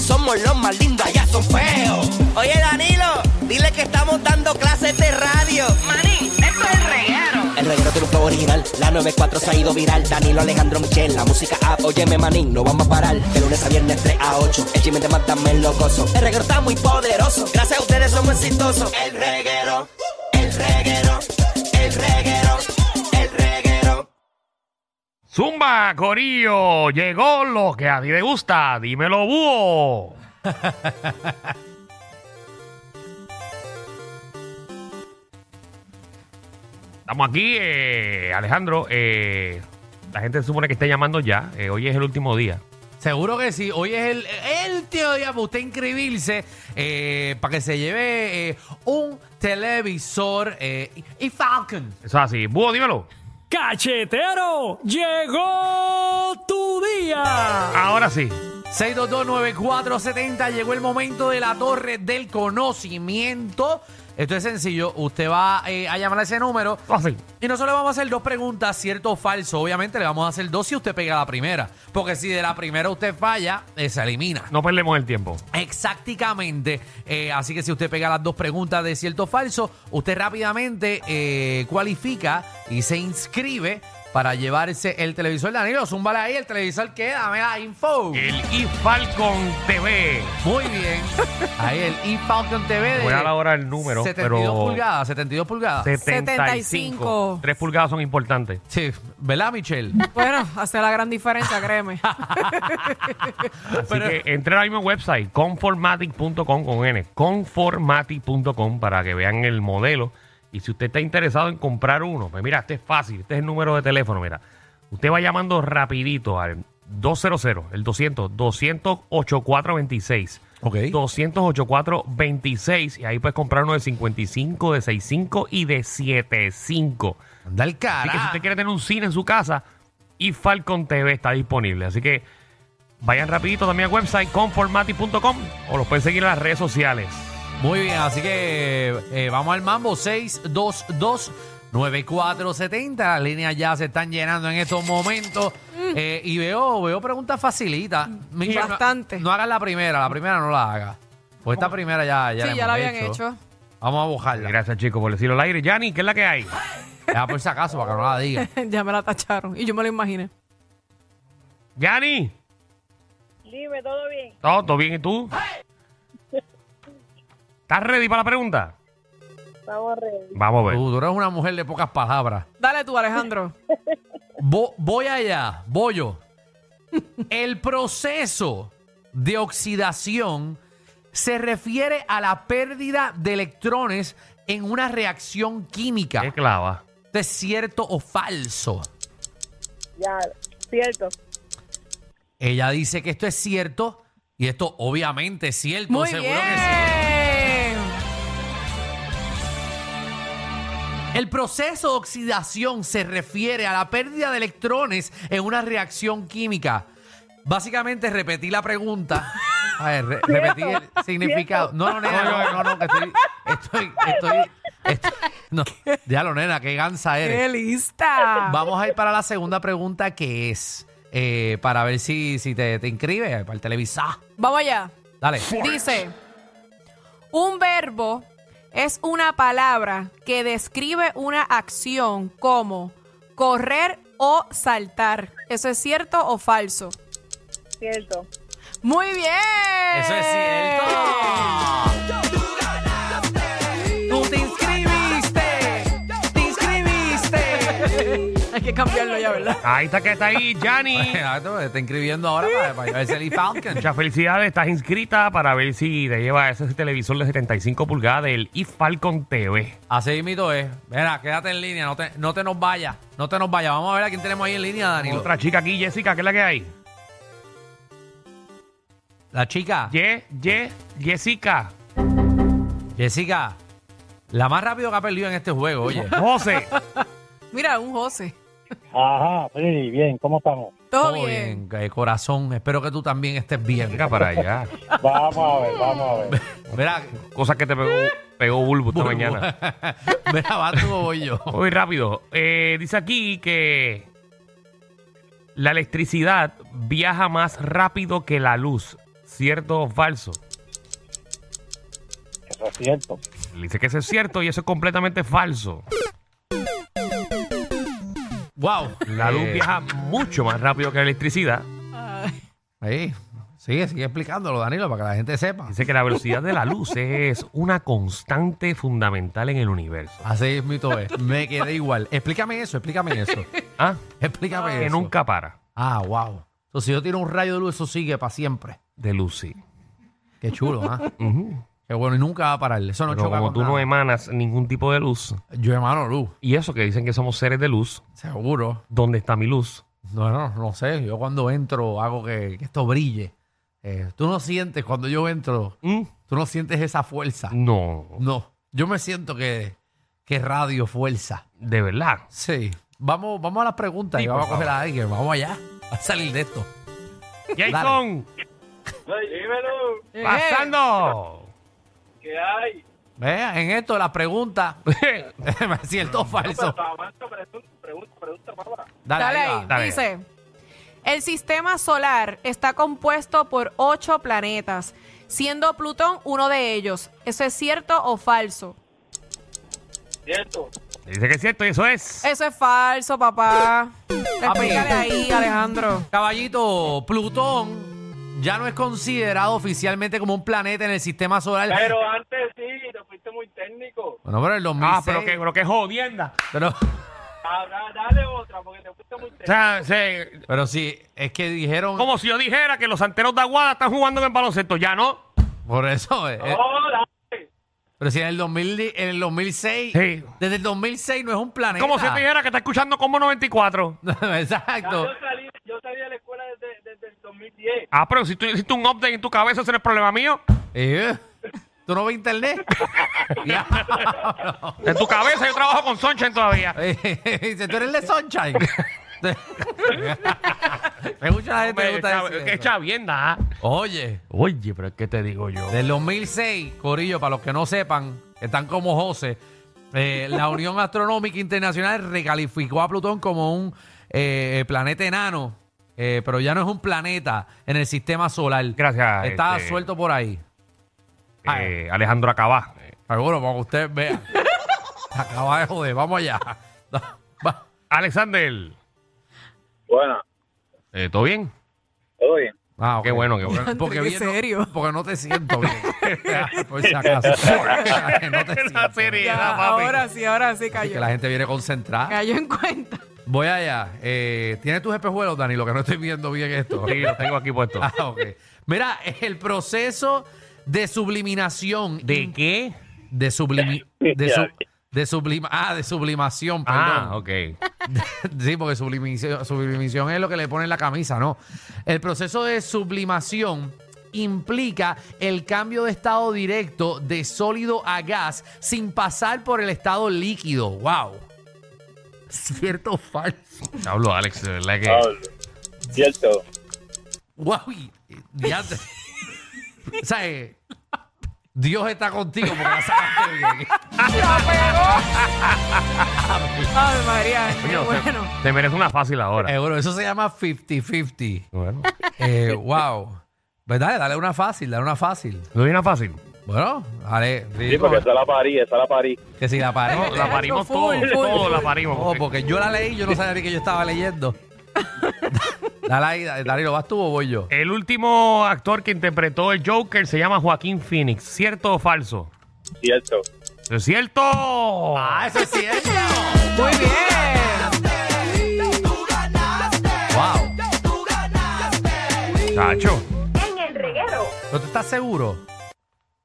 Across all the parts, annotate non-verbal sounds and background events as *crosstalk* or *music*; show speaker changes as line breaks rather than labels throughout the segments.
somos los más lindos, allá son feos.
Oye, Danilo, dile que estamos dando clases de radio.
Maní, esto es el reguero.
El reguero tiene un flow original, la 94 se ha ido viral. Danilo Alejandro Michel, la música app, óyeme manín, no vamos a parar. De lunes a viernes 3 a 8, el chisme de mátame lo gozo. El reguero está muy poderoso, gracias a ustedes somos exitosos. El reguero, el reguero, el reguero, el reguero.
Zumba, Corillo, llegó lo que a ti te gusta, dímelo
*laughs*
búho. Estamos aquí, eh, Alejandro. eh, la gente se supone que está llamando ya. eh, hoy es el último día.
Seguro que sí. Hoy es el, el tío día para usted inscribirse eh, para que se lleve eh, un televisor eh, y Falcon.
Eso es así. Búho, dímelo.
¡Cachetero! ¡Llegó tu día!
Ahora sí.
6229470 llegó el momento de la torre del conocimiento. Esto es sencillo. Usted va eh, a llamar a ese número.
Eso es así.
Y nosotros le vamos a hacer dos preguntas, cierto o falso. Obviamente le vamos a hacer dos si usted pega la primera. Porque si de la primera usted falla, eh, se elimina.
No perdemos el tiempo.
Exactamente. Eh, así que si usted pega las dos preguntas de cierto o falso, usted rápidamente eh, cualifica y se inscribe para llevarse el televisor. Danilo, zúmbala ahí, el televisor queda, dame la info.
El eFalcon TV. *laughs*
Muy bien. Ahí el eFalcon TV de
Voy a dar ahora el número,
72
pero-
pulgadas, 72 pulgadas.
75.
75.
3 pulgadas son importantes.
Sí, ¿verdad, Michelle?
Bueno, hace la gran diferencia,
*laughs*
créeme.
Así
Pero-
que entre a la misma website, conformatic.com con N, conformatic.com para que vean el modelo. Y si usted está interesado en comprar uno, pues mira, este es fácil, este es el número de teléfono, mira. Usted va llamando rapidito al 200, el 200, 208-426.
Ok.
208-426 y ahí puedes comprar uno de 55, de 65 y de 75.
Anda el
Así
cara.
que si usted quiere tener un cine en su casa, y Falcon TV está disponible. Así que vayan rapidito también al website conformati.com o los pueden seguir en las redes sociales.
Muy bien, así que eh, vamos al mambo 622 9470. Las líneas ya se están llenando en estos momentos.
Mm.
Eh, y veo, veo preguntas facilitas. Michelle, no-
Bastante.
No, hagas la primera, la primera no la haga. Pues esta primera ya, ya la
sí, ya
hemos
lo habían hecho.
Vamos a buscarla.
Gracias, chicos, por decirlo al aire. Yanni, ¿qué es la que hay?
Ya por si acaso, para que no la
*laughs*
diga.
ya me la tacharon. Y yo me lo imaginé.
Yanni,
Dime, ¿todo bien?
¿todo, todo bien y tú? ¿Estás ready para la pregunta?
Estamos ready.
Vamos a ver.
Tú, tú eres una mujer de pocas palabras.
Dale tú, Alejandro.
Vo- voy allá, bollo. El proceso de oxidación se refiere a la pérdida de electrones en una reacción química.
¿Qué clava?
¿Esto es cierto o falso?
Ya, cierto.
Ella dice que esto es cierto y esto obviamente es cierto.
Muy
seguro
bien.
que sí. El proceso de oxidación se refiere a la pérdida de electrones en una reacción química. Básicamente repetí la pregunta. A ver, re- repetí el significado. No, no, nena, no, no, no, que estoy, estoy, estoy, estoy- no, ya lo nena, qué gansa eres.
¡Qué lista!
Vamos a ir para la segunda pregunta que es eh, para ver si, si te, te inscribes para el televisar.
Vamos allá.
Dale.
Dice, un verbo es una palabra que describe una acción como correr o saltar. ¿Eso es cierto o falso?
Cierto.
Muy bien.
Eso es cierto. Tú te inscribiste. Te inscribiste.
Hay que cambiarlo ya, ¿verdad?
Ahí está que está ahí,
*laughs*
Yanni.
te está inscribiendo ahora para, para ver si el Falcon.
Muchas felicidades, estás inscrita para ver si te lleva ese televisor de 75 pulgadas del eFalcon TV.
Así mito es. Mira, quédate en línea, no te, no te nos vayas. No te nos vayas. Vamos a ver a quién tenemos ahí en línea, Danilo.
Otra chica aquí, Jessica, ¿qué es la que hay?
La chica,
Ye, Ye, Jessica.
Jessica, la más rápido que ha perdido en este
*laughs*
juego, oye.
José.
Mira, un José.
Ajá, sí, bien, ¿cómo estamos?
Todo
Todo
bien.
bien, eh, corazón. Espero que tú también estés bien.
Mira para allá.
Vamos a ver, vamos a ver.
Mira,
Cosa que te pegó, pegó Bulbo esta
Bulbo.
mañana.
*laughs* mira, va tú o voy yo.
Voy rápido. Eh, dice aquí que la electricidad viaja más rápido que la luz. ¿Cierto o falso?
Eso es cierto.
Él dice que eso es cierto y eso es completamente falso.
¡Wow!
La luz
Eh,
viaja mucho más rápido que la electricidad.
Ahí. Sigue, sigue explicándolo, Danilo, para que la gente sepa.
Dice que la velocidad de la luz es una constante fundamental en el universo.
Así es mi tobe. Me quedé igual. Explícame eso,
*laughs*
explícame eso.
Ah,
Explícame
que
eso.
nunca para.
Ah, wow. Entonces, si yo tiro un rayo de luz, eso sigue para siempre.
De Lucy.
Qué chulo, ¿ah?
Ujú.
Qué bueno, y nunca va a parar. Eso no
Pero
choca
como
con
tú no
nada.
emanas ningún tipo de luz,
Yo hermano luz,
y eso que dicen que somos seres de luz,
seguro.
¿dónde está mi luz?
No, no, no sé. Yo cuando entro hago que, que esto brille. Eh, tú no sientes cuando yo entro,
Mm,
tú no sientes esa fuerza.
No,
No, yo me siento que, que radio fuerza.
de verdad.
Sí. Vamos, vamos a las preguntas
Sí,
y
por
vamos a coger
favor.
a alguien. Vamos allá a salir de esto.
Jason,
Dímelo,
Eh.
pasando.
¿qué hay?
Vean, en esto
*laughs*
las preguntas. *laughs* me siento falso.
pregunta, pregunta, pregunta, papá.
Dale,
Dale
ahí va.
ahí.
dale.
Dice, el sistema solar está compuesto por ocho planetas, siendo Plutón uno de ellos. ¿Eso es cierto o falso?
Cierto.
Dice que es cierto y eso es.
Eh,
Eso es falso, papá. Explícale ahí, Alejandro.
Caballito, Plutón ya no es considerado oficialmente como un planeta en el sistema solar.
antes sí, te fuiste muy técnico.
bueno, pero el 2006...
Ah, pero que, pero que jodienda.
pero,
dale otra, porque te fuiste muy
O sea, se-
pero sí, es que dijeron...
como si yo dijera que los santeros de Aguada están jugando en el baloncesto. Ya no.
Por eso... eh, eh,
dale.
pero si en el, 2000, di- en el 2006...
Sí.
Desde el 2006 no es un planeta.
Como si yo dijera que está escuchando como 94.
*laughs* Exacto.
salí, yo salí de la escuela desde, desde el 2010.
Ah, pero si tú hiciste un update en tu cabeza, ese no es problema mío.
Eh, ¿Tú no
*laughs*
ves internet? *laughs* Diablo.
En tu cabeza yo trabajo con Sunshine
*laughs*
todavía.
Eh, Dice, tú eres el
*laughs*
de Sunshine. *laughs* Me gusta la gente
Hombre,
que le gusta
chav-
decir
qué
eso.
chavienda. ah.
Oye...
Oye, pero es que te digo yo.
Del 2006, Corillo, para los que no sepan, están como José, eh,
*laughs*
la Unión Astronómica Internacional recalificó a Plutón como un eh, planeta enano, eh, pero ya no es un planeta en el sistema solar.
Gracias,
Está
este-
suelto por ahí.
Eh, Alejandro Acabá.
Seguro, para que ustedes
*laughs*
vean. Acaba de joder, vamos allá. Va-
Alexander,
Bueno,
eh, ¿todo bien?
todo bien.
Ah, ok.
Qué bueno, qué *laughs*
*laughs*
bueno.
Porque,
Qué
bien no-
serio.
porque no te
*laughs*
siento bien. Por si acaso. *laughs* no
La
te siento.
serie,
Ya,
la papi.
ahora sí, ahora sí
Así que
cayó.
la gente viene concentrada.
Cayó en cuenta.
Voy allá. Eh, ¿Tienes tus espejuelos, Dani? Lo que no estoy viendo bien esto.
*laughs* Sí, lo tengo aquí puesto.
Ah, ok. Mira, el proceso de subliminación.
¿De qué? *laughs*
De, sublimi- de, su- de sublima- Ah, de sublimación, perdón.
Ah, ok.
*laughs* Sí, porque sublimación, sublimación es lo que le ponen en la camisa, ¿no? El proceso de sublimación implica el cambio de estado directo de sólido a gas sin pasar por el estado líquido. ¡Wow! *laughs* Cierto o falso.
Hablo, Alex, de verdad que.
Pablo. Cierto.
¡Wow! y- y- diantre. o sea, eh, Dios está contigo porque la sacaste bien.
Ay, María, qué
Coño, te-
bueno.
Te mereces una fácil ahora.
Eh, bueno, eso se llama 50-50.
Bueno,
Eh, ¡Wow! Pues dale, dale una fácil, dale una fácil.
¿no hay una fácil?
Bueno, dale,
Sí,
rico.
porque esa la parí, esa la parí.
que si la paró.
No, la parimos
Full,
todos,
full,
todos
full.
la parimos.
No,
porque-
porque yo la leí, yo no sabía ni que yo estaba leyendo. dale ahí, dale, Danilo, ¿vas tú o voy yo?
El último actor que interpretó el Joker se llama Joaquín Phoenix. ¿Cierto o falso?
Cierto.
¿Es cierto? Ah,
eso es cierto!
Muy bien.
¡Wow!
Chacho.
¿Pero tú estás seguro?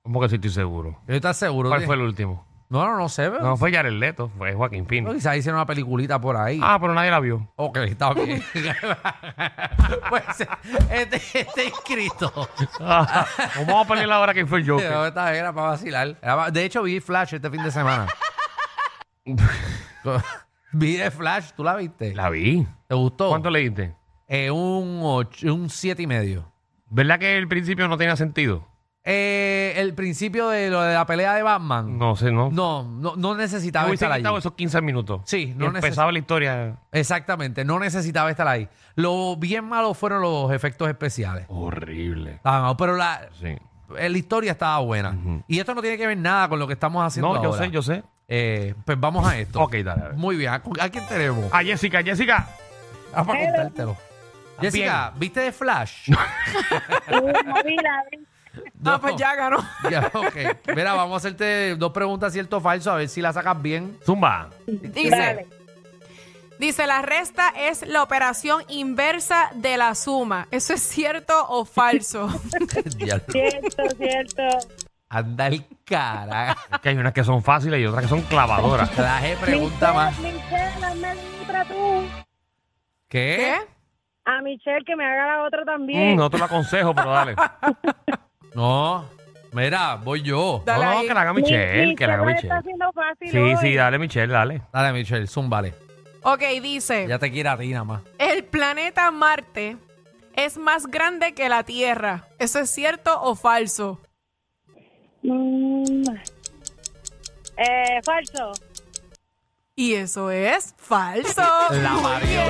¿Cómo que sí estoy seguro?
¿Tú estás seguro?
¿Cuál fue el último?
No, no, no sé, pero
No fue Jared Leto, fue Joaquín Phoenix.
quizás hicieron una peliculita por ahí.
Ah, pero nadie la vio. *laughs*
Ok, está bien. *laughs* pues este, este inscrito.
Ah, ¿Cómo vamos a poner ahora que fue el Joker?
Esta vez era para vacilar. Era pa- De hecho, vi Flash este fin
*laughs*
de semana. vi de Flash, ¿tú la viste?
La vi.
¿Te gustó?
¿Cuánto leíste?
Eh, un ocho- un siete y medio.
¿Verdad que el principio no tenía sentido?
eh, el principio de lo de la pelea de Batman.
No sé, no.
No, no, no necesitaba
Yo hubiese
estar allí.
quitado esos 15 minutos.
Sí,
no
no
empezaba la historia.
Exactamente, no necesitaba estar ahí. Lo bien malo fueron los efectos especiales.
Horrible.
Estaba malo, pero la,
Sí.
eh, la historia estaba buena. Y esto no tiene que ver nada con lo que estamos haciendo
No, yo
ahora.
sé, yo sé.
Eh, pues vamos a esto.
Ok, dale, Ah, a ver.
Muy bien, ¿a, cu- a quién tenemos?
A Jessica, Jessica.
Ah, para contártelo.
Ah,
Jessica, ¿viste de Flash?
*laughs* No vi la vi.
Ah, pues ya ganó.
Ya, ok. Mira, vamos a hacerte dos preguntas cierto o falso, a ver si la sacas bien.
Zumba.
Dice, dice, la resta es la operación inversa de la suma. ¿Eso es cierto
*laughs*
o falso?
*laughs* Ya,
Cierto, cierto.
Anda el
*laughs*
cara.
Es que hay unas que son fáciles y otras que son clavadoras.
Clase de pregunta
Michelle,
más.
Michelle, hazme la otra tú.
¿Qué? ¿Eh?
¿Qué?
A Michelle que me haga la otra también.
Mm, no te lo aconsejo, pero *laughs* dale. No,
No. Mira, voy yo.
Dale
no,
ahí.
que la haga
Mi-
Michelle, que la haga
Michelle está
Michelle.
haciendo fácil
Sí,
hoy.
sí, dale Michelle, dale.
Dale, Michelle, zúmbale.
Ok, dice,
Ya te quiero a ti nada más.
el planeta Marte es más grande que la Tierra. ¿Eso es cierto o falso?
Mm. Eh, falso.
Y eso es falso.
La parió.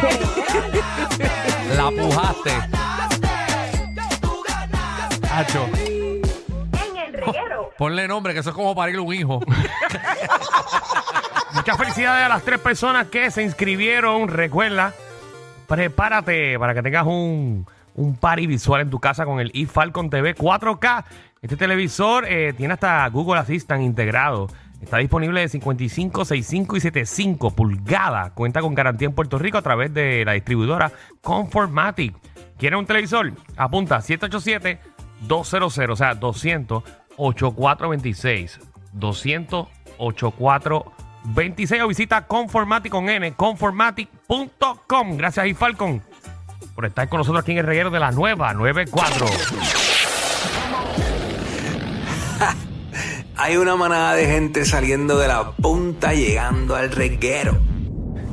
La pujaste. Hacho. Ponle nombre, que eso es como parir un hijo.
Muchas felicidades a las tres personas que se inscribieron. Recuerda, prepárate para que tengas un, un party visual en tu casa con el iFalcon TV 4K. Este televisor eh, tiene hasta Google Assistant integrado. Está disponible de 55, 65 y 75 pulgadas. Cuenta con garantía en Puerto Rico a través de la distribuidora Conformatic. ¿Quieres un televisor? Apunta 787 200, o sea, 200 8426. 200 8426. 26 o visita Conformatic con N, conformatic.com. Gracias, y Falcon, por estar con nosotros aquí en el reguero de la nueva 94.
Hay una manada de gente saliendo de la punta llegando al reguero.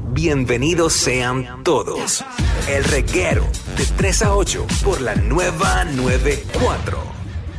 Bienvenidos sean todos. El reguero de 3 a 8 por la nueva 94.